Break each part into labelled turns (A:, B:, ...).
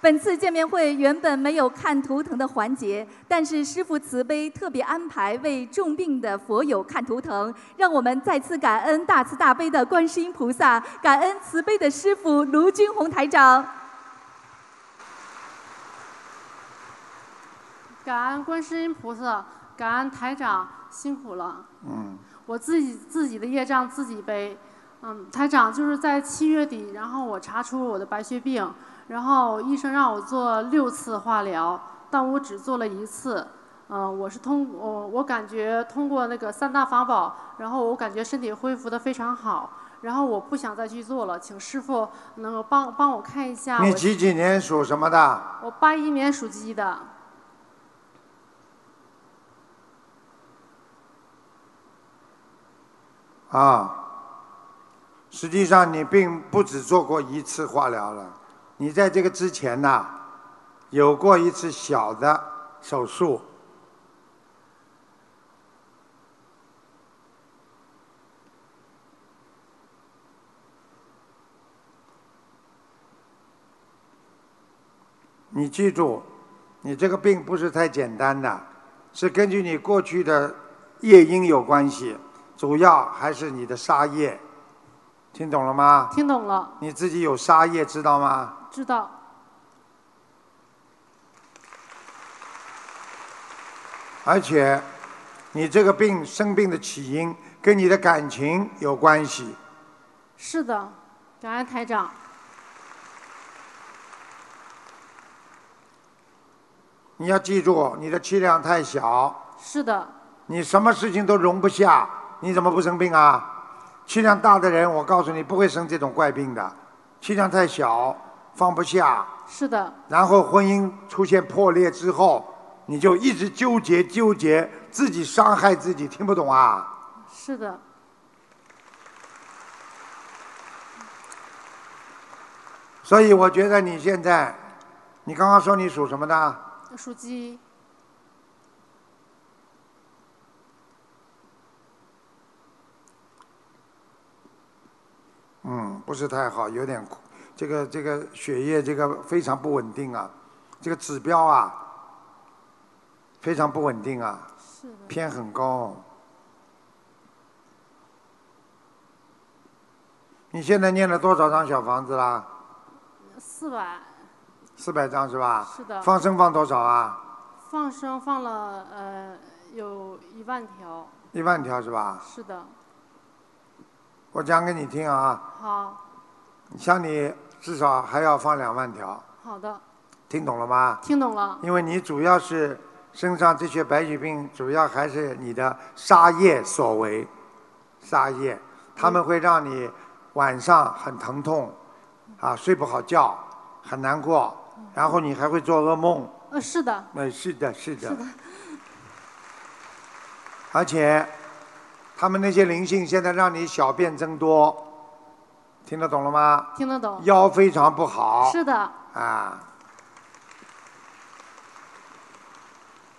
A: 本次见面会原本没有看图腾的环节，但是师父慈悲特别安排为重病的佛友看图腾，让我们再次感恩大慈大悲的观世音菩萨，感恩慈悲的师父卢军红台长。
B: 感恩观世音菩萨，感恩台长，辛苦了。
C: 嗯，
B: 我自己自己的业障自己背。嗯，台长就是在七月底，然后我查出我的白血病，然后医生让我做六次化疗，但我只做了一次。嗯、我是通我我感觉通过那个三大法宝，然后我感觉身体恢复的非常好，然后我不想再去做了，请师傅能够帮帮我看一下
C: 你
B: 我。
C: 几几年属什么的？
B: 我八一年属鸡的，
C: 啊，实际上你并不只做过一次化疗了，你在这个之前呐、有过一次小的手术。你记住，你这个病不是太简单的，是根据你过去的业因有关系。主要还是你的杀业，听懂了吗？
B: 听懂了，
C: 你自己有杀业，知道吗？
B: 知道。
C: 而且，你这个病生病的起因跟你的感情有关系。
B: 是的，感恩台长。
C: 你要记住，你的气量太小，
B: 是的，
C: 你什么事情都容不下，你怎么不生病啊？气量大的人，我告诉你不会生这种怪病的。气量太小，放不下，
B: 是的，
C: 然后婚姻出现破裂之后，你就一直纠结纠结，自己伤害自己，听不懂啊？
B: 是的，
C: 所以我觉得你现在，你刚刚说你属什么的？
B: 属鸡。
C: 嗯，不是太好，有点这个这个血液这个非常不稳定啊，这个指标啊非常不稳定啊，
B: 是的，
C: 偏很高。你现在念了多少张小房子啦？
B: 四百。
C: 四百张是吧？
B: 是的
C: 放生放多少啊？
B: 放生放了呃有一万条。
C: 一万条是吧？
B: 是的，
C: 我讲给你听啊，
B: 好，
C: 像你至少还要放两万条，
B: 好的，
C: 听懂了吗？
B: 听懂了。
C: 因为你主要是身上这些白血病，主要还是你的杀业所为，杀业，他们会让你晚上很疼痛，啊，睡不好觉，很难过，然后你还会做噩梦。
B: 呃，是的，
C: 哎，是的，是的。而且，他们那些灵性现在让你小便增多，听得懂了吗？
B: 听得懂。
C: 腰非常不好。
B: 是的，
C: 啊，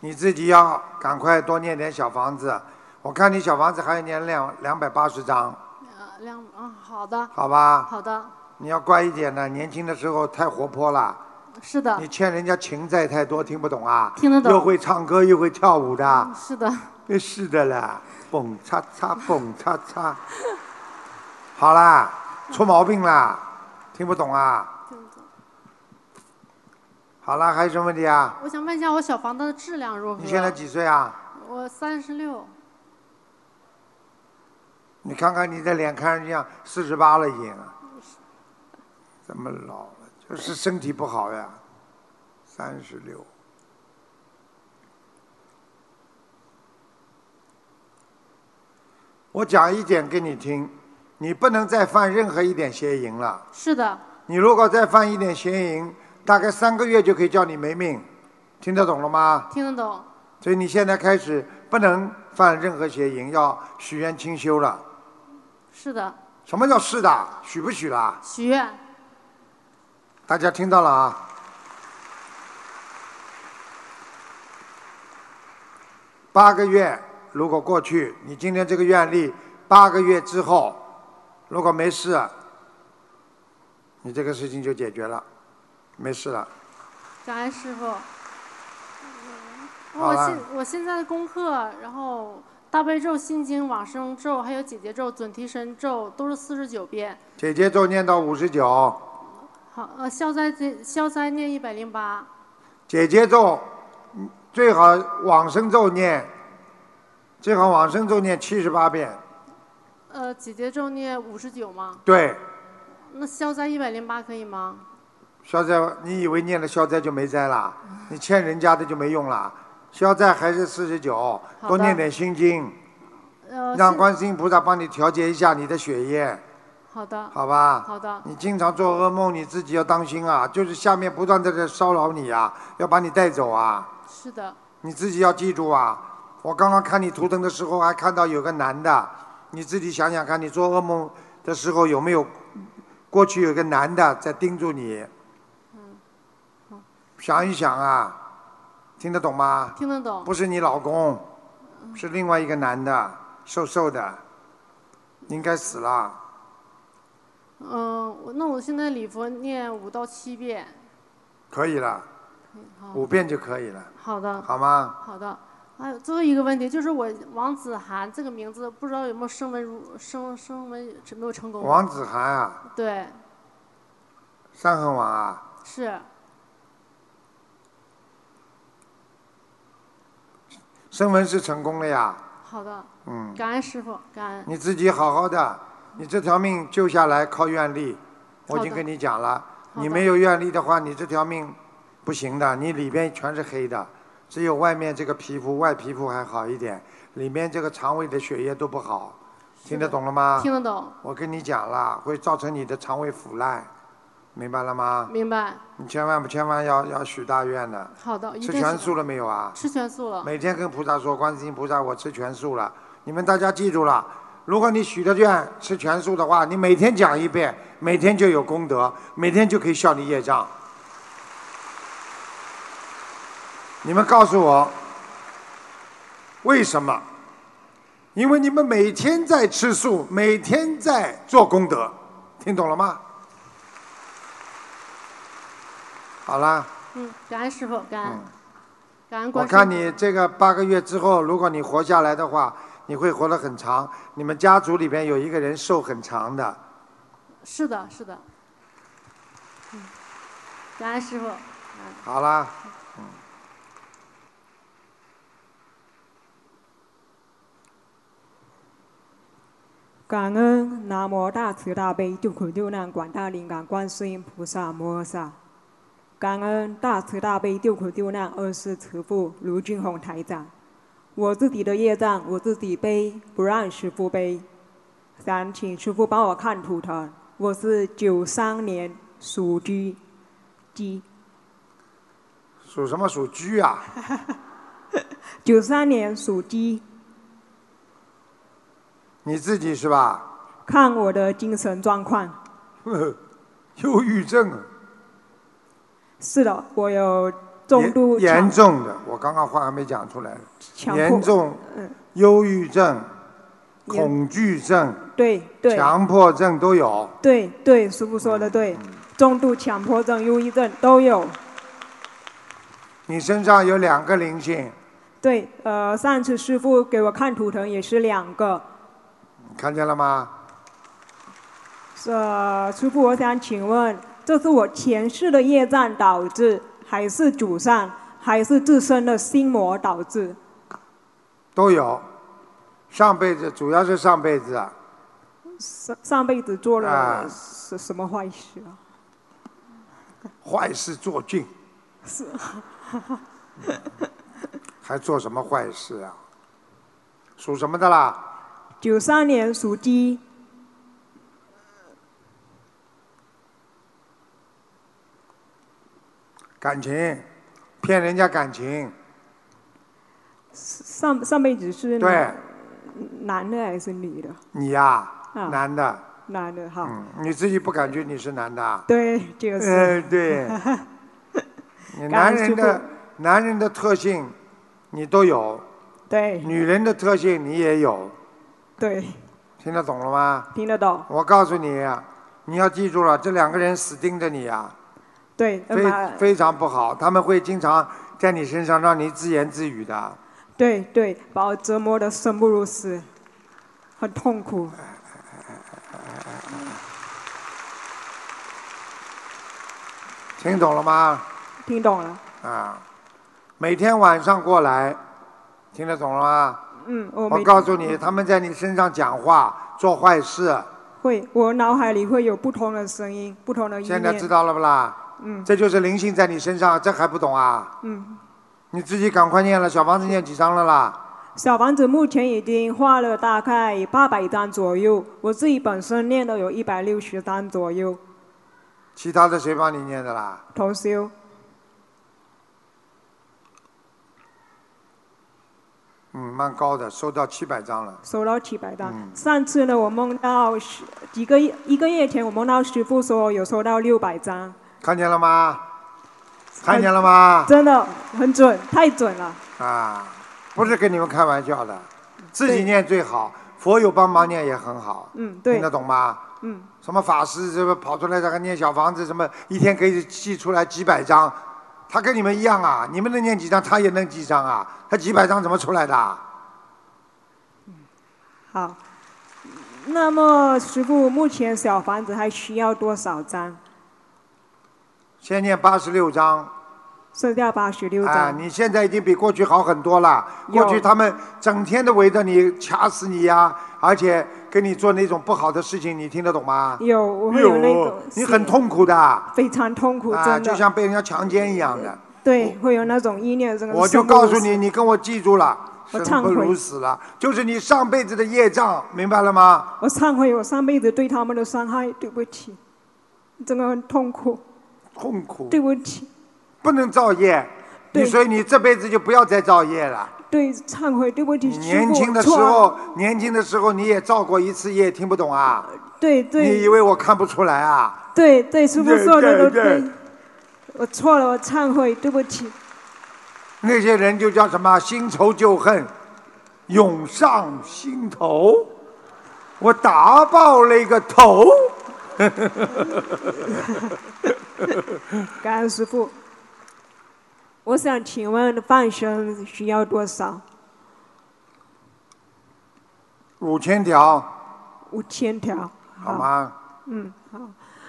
C: 你自己要赶快多念点小房子。我看你小房子还要念两两百八十张，
B: 呃，两啊，好的，
C: 好吧？
B: 好的，
C: 你要乖一点呢，年轻的时候太活泼了，
B: 是的
C: 你，欠人家情债太多，听不懂啊？
B: 听得懂
C: 又会唱歌又会跳舞的，
B: 是的，
C: 呃是的啦，蹦擦擦蹦擦擦。好啦，出毛病啦，听不懂啊？
B: 听得懂。
C: 好啦，还有什么问题啊？
B: 我想问一下，我小房子的质量如何？
C: 你现在几岁啊？
B: 我三十六，
C: 你看看你的脸，看上去像四十八了已经，怎么老了？就是身体不好呀，三十六。我讲一点给你听，你不能再犯任何一点邪淫了。
B: 是的，
C: 你如果再犯一点邪淫，大概三个月就可以叫你没命，听得懂了吗？
B: 听得懂。
C: 所以你现在开始不能犯任何邪淫，要许愿清修了。
B: 是的，
C: 什么叫是的？许不许啦？
B: 许愿。
C: 大家听到了啊？八个月如果过去，你今天这个愿力，八个月之后如果没事，你这个事情就解决了，没事了。
B: 感恩师傅。嗯
C: 好
B: 我
C: 了
B: 现我现在的功课，然后大悲咒、心经、往生咒，还有姐姐咒、准提神咒，都是四十九遍。
C: 姐姐咒念到五十九，
B: 好，呃，消灾这消灾念一百零八，
C: 姐姐咒嗯最好往生咒念，最好往生咒念七十八遍。
B: 呃，姐姐咒念五十九吗？
C: 对，
B: 那消灾一百零八可以吗？
C: 消灾，你以为念了消灾就没灾啦？你欠人家的就没用啦。消灾还是四十九，
B: 好的
C: 多念点心经，
B: 呃，
C: 让
B: 现
C: 观世音菩萨帮你调节一下你的血液，
B: 好的，
C: 好吧？
B: 好的，
C: 你经常做噩梦，你自己要当心啊！就是下面不断的在骚扰你啊，要把你带走啊。
B: 是的，
C: 你自己要记住啊！我刚刚看你图腾的时候，还看到有个男的，你自己想想看，你做噩梦的时候有没有过去有个男的在盯住你？想一想啊，听得懂吗？
B: 听得懂。
C: 不是你老公，是另外一个男的，瘦瘦的，应该死了。
B: 嗯、我那我现在礼佛念五到七遍。
C: 可以了，
B: 嗯好，
C: 五遍就可以了，
B: 好的。
C: 好吗？
B: 好的，还有最后一个问题，就是我王子涵这个名字，不知道有没有升温如升升温有没有成功？
C: 王子涵啊，
B: 对，
C: 三横王啊，
B: 是
C: 升文是成功了呀，
B: 好的，
C: 嗯。
B: 感恩师傅，感恩
C: 你自己好好的，你这条命救下来靠愿力，我已经
B: 好的
C: 跟你讲了，
B: 好
C: 你
B: 的
C: 没有愿力的话，你这条命不行的，你里边全是黑的，只有外面这个皮肤，外皮肤还好一点，里面这个肠胃的血液都不好，听得懂了吗？
B: 听得懂，
C: 我跟你讲了，会造成你的肠胃腐烂，明白了吗？
B: 明白，
C: 你千万千万要要许大愿的，
B: 好的，一
C: 吃
B: 定
C: 全
B: 是
C: 素了没有啊？
B: 吃全素了，
C: 每天跟菩萨说：“观世音菩萨，我吃全素了。”你们大家记住了，如果你许的愿吃全素的话，你每天讲一遍，每天就有功德，每天就可以消你业障。你们告诉我，为什么？因为你们每天在吃素，每天在做功德，听懂了吗？好啦。
B: 嗯，感恩师傅，感恩，感恩
C: 嗯我
B: 观世
C: 看
B: 音，
C: 你这个八个月之后，如果你活下来的话，你会活得很长。你们家族里边有一个人寿很长的，
B: 是的，是的，嗯，嗯感恩师傅，
C: 好啦，嗯，
D: 感恩南无大慈大悲救苦救难广大灵感观世音菩萨摩诃萨，感恩大慈大悲救苦救难二世慈父卢俊宏台长。我自己的业障我自己背，不让师傅背。想请师傅帮我看图腾，我是九三年属鸡，鸡
C: 属什么属鸡啊？
D: 九三年属鸡，
C: 你自己是吧？
D: 看我的精神状况。
C: 忧郁症啊，
D: 是的，我有重度
C: 严严
D: 强
C: 重的，我刚刚话还没讲出来，
D: 强迫嗯
C: 严重忧郁症、恐惧症、
D: 对对。
C: 强迫症都有。
D: 对对，师傅说的对，
C: 嗯
D: 重度强迫症、忧郁症都有。
C: 你身上有两个灵性，
D: 对，呃，上次师傅给我看图腾也是两个，
C: 你看见了吗？
D: 呃，师傅，我想请问，这是我前世的业障导致，还是祖上，还是自身的心魔导致？
C: 都有，上辈子主要是上辈子啊。
D: 上上辈子做
C: 啊
D: 了什什么坏事啊？
C: 坏事做尽。
D: 是。
C: 还做什么坏事啊？属什么的啦？
D: 九三年属鸡，
C: 感情，骗人家感情，
D: 上上辈子是
C: 对
D: 男男的还是女的？
C: 你呀、
D: 啊
C: 男的，
D: 男的哈。
C: 嗯，你自己不感觉你是男的啊？
D: 对，就是。
C: 呃， 对。你男人的男人的特性，你都有；
D: 对
C: 女人的特性你也有，
D: 对，
C: 听得懂了吗？
D: 听得懂。
C: 我告诉你，你要记住了，这两个人死盯着你啊，
D: 对，呃
C: 非
D: 马
C: 非常不好，他们会经常在你身上让你自言自语的。
D: 对对，把我折磨得生不如死，很痛苦。
C: 听懂了吗？
D: 听懂了？
C: 啊，每天晚上过来，听得懂了吗？
D: 嗯，我
C: 我
D: 没
C: 告诉你，他们在你身上讲话，做坏事。
D: 会，我脑海里会有不同的声音，不同的意
C: 现在知
D: 念。
C: 道了不啦？
D: 嗯
C: 这就是灵性在你身上，这还不懂啊？
D: 嗯，
C: 你自己赶快念了，小房子念几张了啦？
D: 小房子目前已经画了大概八百张左右，我自己本身练的有一百六十张左右。
C: 其他的谁帮你念的啦？
D: 同修，
C: 嗯，蛮高的，收到七百张了。
D: 收到七百单。
C: 嗯
D: 上次呢，我梦到十几个月一个月前，我梦到师傅说有收到六百张，
C: 看见了吗？看见了吗？
D: 真的很准，太准了。
C: 啊，不是跟你们开玩笑的，自己念最好，佛友帮忙念也很好，
D: 嗯，对
C: 听得，懂吗？
D: 嗯，
C: 什么法师这个跑出来这个念小房子，什么一天可以寄出来几百张，他跟你们一样啊，你们能念几张，他也能几张啊，他几百张怎么出来的啊？
D: 好。那么师傅，目前小房子还需要多少张？
C: 先念八十六章，
D: 剩下八十六
C: 啊，
D: 张。
C: 你现在已经比过去好很多了。
D: 有
C: 过去他们整天的围着你，掐死你呀、而且跟你做那种不好的事情，你听得懂吗？
D: 有，我会有那
C: 哎
D: 种
C: 呦，你
D: 心
C: 很，痛苦的，啊，
D: 非常痛苦，真
C: 就
D: 的。
C: 像被人家强奸一样的。
D: 对，会有那种意念，真的。
C: 我就告诉你，，你跟我记住了，
D: 我
C: 生
D: 忏
C: 不
D: 悔
C: 如死了，就是你上辈子的业障，明白了吗？
D: 我忏悔，我上辈子对他们的伤害，对不起，真的很痛苦，
C: 痛苦，
D: 对不起，
C: 不能造业，你
D: 对
C: 所以你这辈子就不要再造业了。
D: 对，忏悔，对不起，
C: 你年
D: 师父
C: 轻的时，
D: 错
C: 候
D: 了，
C: 年轻的时候你也造过一次业，听不懂啊？
D: 对
C: 你以
D: 对
C: 为我看不出来啊？
D: 对对，师傅
C: 对
D: 说的
C: 对
D: 都
C: 对
D: 对，我错了，我忏悔，对不起，
C: 那些人就叫什么新仇旧恨，涌上心头。我打爆了一个头，
D: 感恩师傅。我想请问放生需要多少？
C: 五千条，
D: 五千条，
C: 好吗？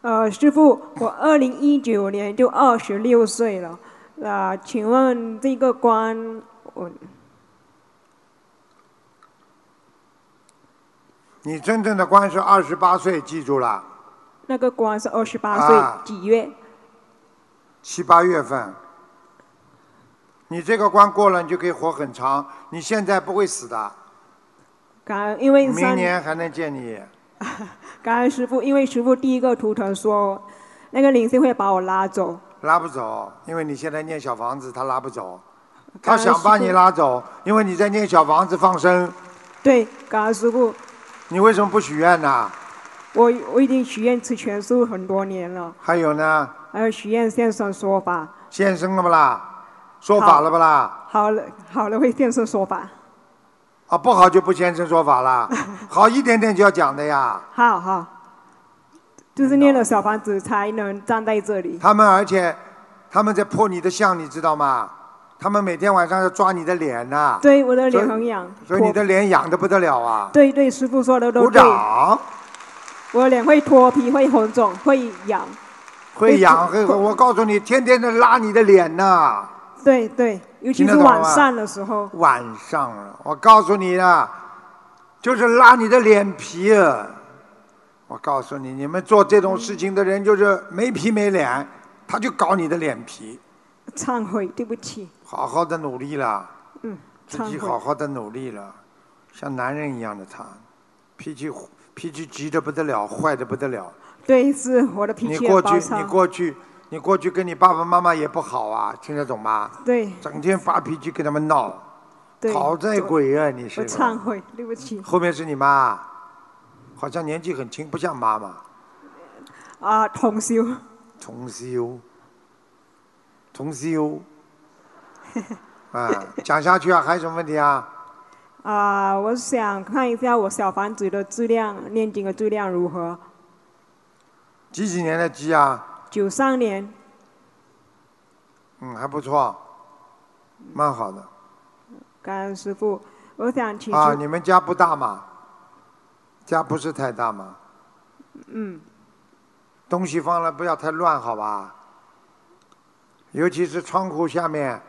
D: 呃，师傅，我二零一九年就二十六岁了，呃，请问这个关我
C: 你真正的官是二十八岁，记住了，
D: 那个关是二十八
C: 啊
D: 岁几月？
C: 七八月份。你这个关过了，你就可以活很长。你现在不会死的，
D: 感恩，因为
C: 明
D: 上
C: 年还能见你。
D: 感恩师傅，因为师傅第一个图腾说，那个灵性会把我拉走，
C: 拉不走，因为你现在念小房子，他拉不走。他
D: 感恩
C: 想把
D: 师父
C: 你拉走，因为你在念小房子放生，
D: 对，感恩师傅，
C: 你为什么不许愿呢？
D: 我我已经许愿吃全素很多年了，
C: 还有呢，
D: 还有许愿现身说法，
C: 现身了不啦？说法
D: 好
C: 了不啦？
D: 好了好了会现身说法，
C: 啊，不好就不现身说法啦，好一点点就要讲的呀。
D: 好好，就是念了小房子才能站在这里，
C: 他们而且他们在破你的相，你知道吗？他们每天晚上要抓你的脸呐、
D: 对，我的
C: 所以
D: 脸很痒，
C: 所以你
D: 脱
C: 的脸痒的不得了啊。
D: 对对，师傅说的都
C: 鼓
D: 对，
C: 掌，
D: 我的脸会脱皮，会红肿，会痒，
C: 会
D: 会
C: 痒，
D: 吐
C: 会会我告诉你，天天的拉你的脸呐、
D: 对对，
C: 听
D: 尤其
C: 得
D: 是
C: 懂了
D: 晚
C: 吗
D: 上的时候，
C: 晚上了，我告诉你啊，就是拉你的脸皮啊！我告诉你，你们做这种事情的人就是没皮没脸，他就搞你的脸皮。
D: 忏悔，对不起，
C: 好好的努力了，
D: 嗯，
C: 自己
D: 忏
C: 好
D: 悔，
C: 好的努力了，像男人一样的他，脾气虎脾气急的不得了，坏的不得了。
D: 对，是我的脾
C: 你
D: 气
C: 过
D: 很
C: 去
D: 暴
C: 你
D: 躁，
C: 过去你过去跟你爸爸妈妈也不好啊，听得懂吗？
D: 对
C: 整天发脾气跟他们闹，
D: 对，
C: 讨债
D: 我
C: 鬼啊！你是
D: 我
C: 吧
D: 忏悔，对不起
C: 后面是你妈，好像年纪很轻，不像妈妈。
D: 啊，同修，
C: 重修，重 修，啊，讲下去啊，还有什么问题啊？
D: 啊，我想看一下我小房子的质量，念经的质量如何？
C: 几几年的鸡啊？
D: 九三年
C: 嗯，还不错，蛮好的。
D: 感恩师傅，我想请
C: 啊，
D: 师
C: 你们家不大嘛？家不是太大嘛？
D: 嗯，
C: 东西放了不要太乱，好吧？尤其是窗户下面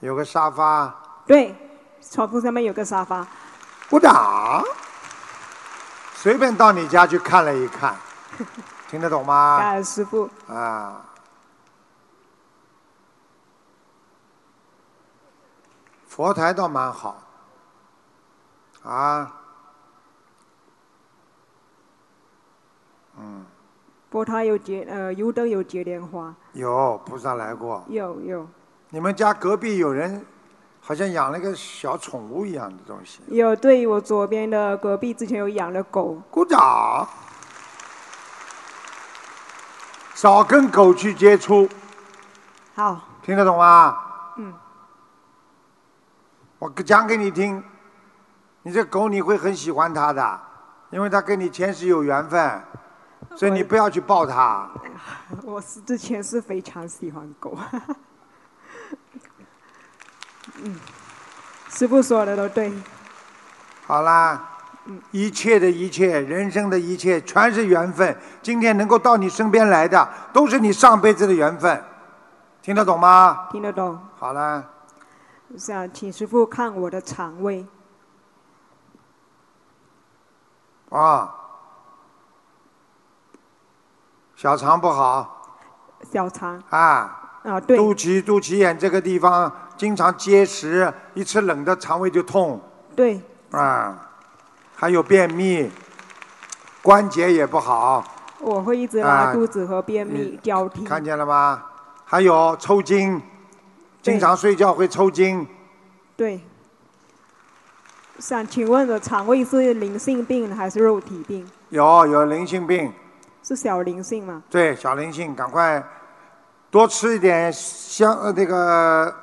C: 有个沙发，
D: 对，床铺上面有个沙发，
C: 鼓掌。随便到你家去看了一看，听得懂
D: 感
C: 吗？
D: 恩师傅，
C: 啊，佛台倒蛮好，啊，
D: 佛台有结呃油灯有结莲花，
C: 有菩萨来过。
D: 有有
C: 你们家隔壁有人好像养了个小宠物一样的东西，
D: 有，对我左边的隔壁之前有养了狗，
C: 鼓掌。少跟狗去接触，
D: 好，
C: 听得懂吗？
D: 嗯。
C: 我讲给你听，你这狗你会很喜欢它的，因为它跟你前世有缘分，所以你不要去抱它。
D: 我是之前是非常喜欢狗， 嗯，师傅说的都对，
C: 好啦，一切的一切，人生的一切，全是缘分。今天能够到你身边来的，都是你上辈子的缘分，听得懂吗？
D: 听得懂。
C: 好啦，
D: 想请师傅看我的肠胃，
C: 啊，小肠不好
D: 小肠
C: 啊，
D: 啊，对，
C: 肚脐肚脐眼这个地方经常结石，一吃冷的肠胃就痛
D: 对，
C: 啊，还有便秘，关节也不好，
D: 我会一直
C: 啊
D: 拉肚子和便秘交替，
C: 看见了吗？还有抽筋，经常睡觉会抽筋。
D: 对。想请问的肠胃是灵性病还是肉体病？
C: 有有灵性病，
D: 是小灵性吗？
C: 对小灵性，赶快多吃一点香呃那个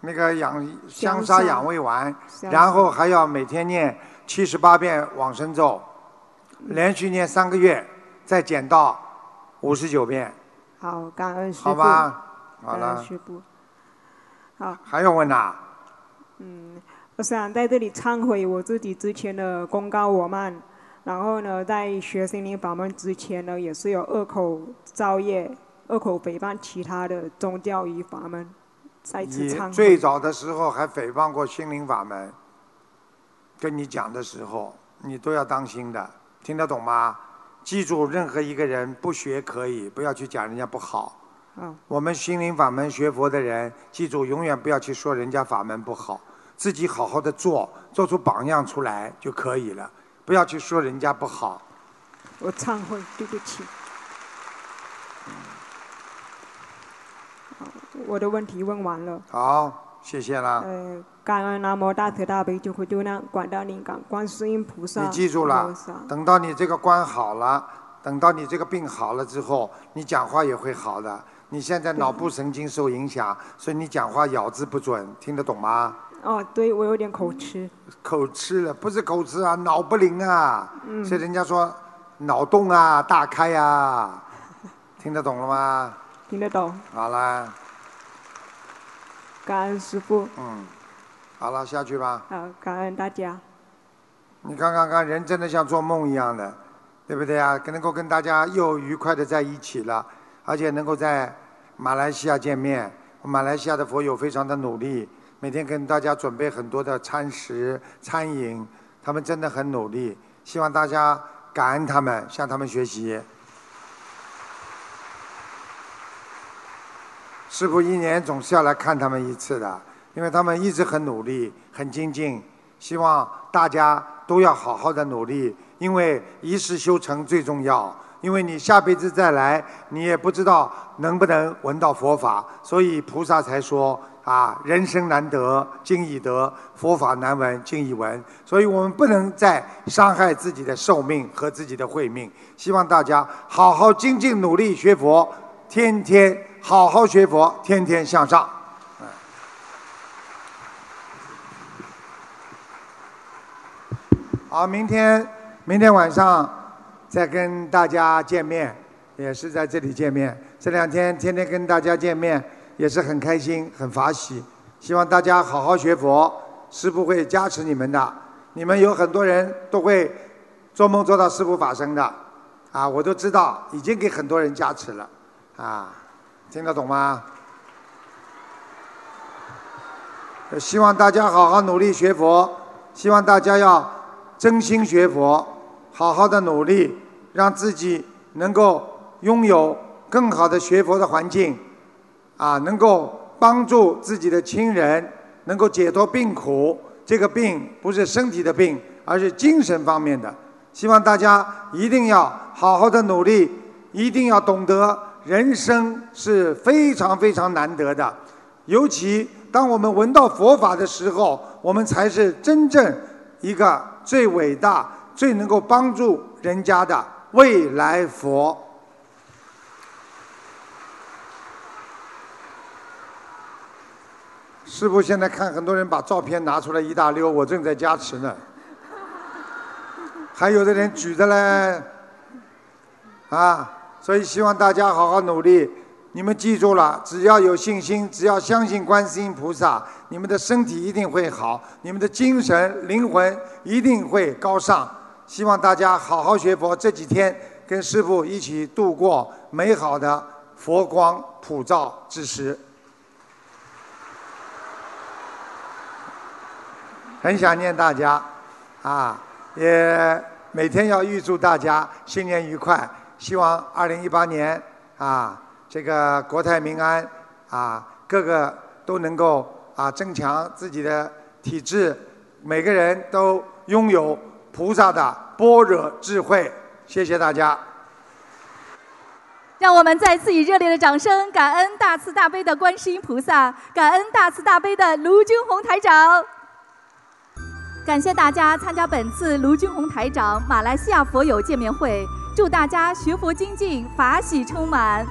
C: 那个养香
D: 香
C: 砂
D: 砂
C: 养胃丸，
D: 香
C: 然后还要每天念七十八遍往生咒，连续念三个月，再减到五十九遍，
D: 好，感恩师傅，呃
C: 好吧？好
D: 感恩
C: 了，
D: 师傅。好，
C: 还要问啊呐？
D: 我想在这里忏悔我自己之前的功高我慢，然后呢，在学心灵法门之前呢，也是有恶口造业、恶口诽谤其他的宗教与法门，再次
C: 你
D: 忏
C: 最
D: 悔。
C: 早的时候还诽谤过心灵法门，跟你讲的时候，你都要当心的，听得懂吗？记住，任何一个人不学可以，不要去讲人家不好。
D: 好，
C: 我们心灵法门学佛的人，记住，永远不要去说人家法门不好，自己好好的做，做出榜样出来就可以了，不要去说人家不好。
D: 我忏悔，对不起。好哦我的问题问完了。
C: 好，谢谢啦。
D: 呃，感恩南无大慈大悲救苦救难广大灵感观世音菩萨。
C: 你记住了
D: 菩萨，
C: 等到你这个关好了，等到你这个病好了之后，你讲话也会好的。你现在脑部神经受影响，所以你讲话咬字不准，听得懂吗？
D: 哦，对我有点口吃。
C: 口吃了，不是口吃啊，脑不灵啊，所以人家说脑洞啊大开啊，听得懂了吗？
D: 听得懂，
C: 好啦，
D: 感恩师傅，
C: 嗯，好了，下去吧。
D: 好，感恩大家。
C: 你看看看，人真的像做梦一样的，对不对啊？能够跟大家又愉快的在一起了，而且能够在马来西亚见面。马来西亚的佛友非常的努力，每天跟大家准备很多的餐食、餐饮，他们真的很努力。希望大家感恩他们，向他们学习。师傅一年总是要来看他们一次的，因为他们一直很努力、很精进。希望大家都要好好的努力，因为一世修成最重要。因为你下辈子再来，你也不知道能不能闻到佛法，所以菩萨才说啊，人生难得今已得，佛法难闻今已闻。所以我们不能再伤害自己的寿命和自己的慧命。希望大家好好精进努力学佛，天天好好学佛，天天向上。好，明天明天晚上再跟大家见面，也是在这里见面。这两天天天跟大家见面，也是很开心、很法喜。希望大家好好学佛，师父会加持你们的。你们有很多人都会做梦做到师父法身的，啊，我都知道，已经给很多人加持了，啊，听得懂吗？希望大家好好努力学佛，希望大家要真心学佛，好好的努力，让自己能够拥有更好的学佛的环境，啊，能够帮助自己的亲人，能够解脱病苦。这个病不是身体的病，而是精神方面的。希望大家一定要好好的努力，一定要懂得人生是非常非常难得的，尤其当我们闻到佛法的时候，我们才是真正一个最伟大、最能够帮助人家的未来佛。师傅现在看很多人把照片拿出来一大溜，我正在加持呢。还有的人举着嘞，啊，所以希望大家好好努力。你们记住了，只要有信心，只要相信观世音菩萨，你们的身体一定会好，你们的精神、灵魂一定会高尚。希望大家好好学佛，这几天跟师傅一起度过美好的佛光普照之时。很想念大家，啊，也每天要预祝大家新年愉快，希望二零一八年啊，这个国泰民安啊，各个都能够啊增强自己的体质，每个人都拥有菩萨的般若智慧。谢谢大家。
A: 让我们再次以热烈的掌声，感恩大慈大悲的观世音菩萨，感恩大慈大悲的卢军红台长。感谢大家参加本次卢军红台长马来西亚佛友见面会，祝大家学佛精进，法喜充满。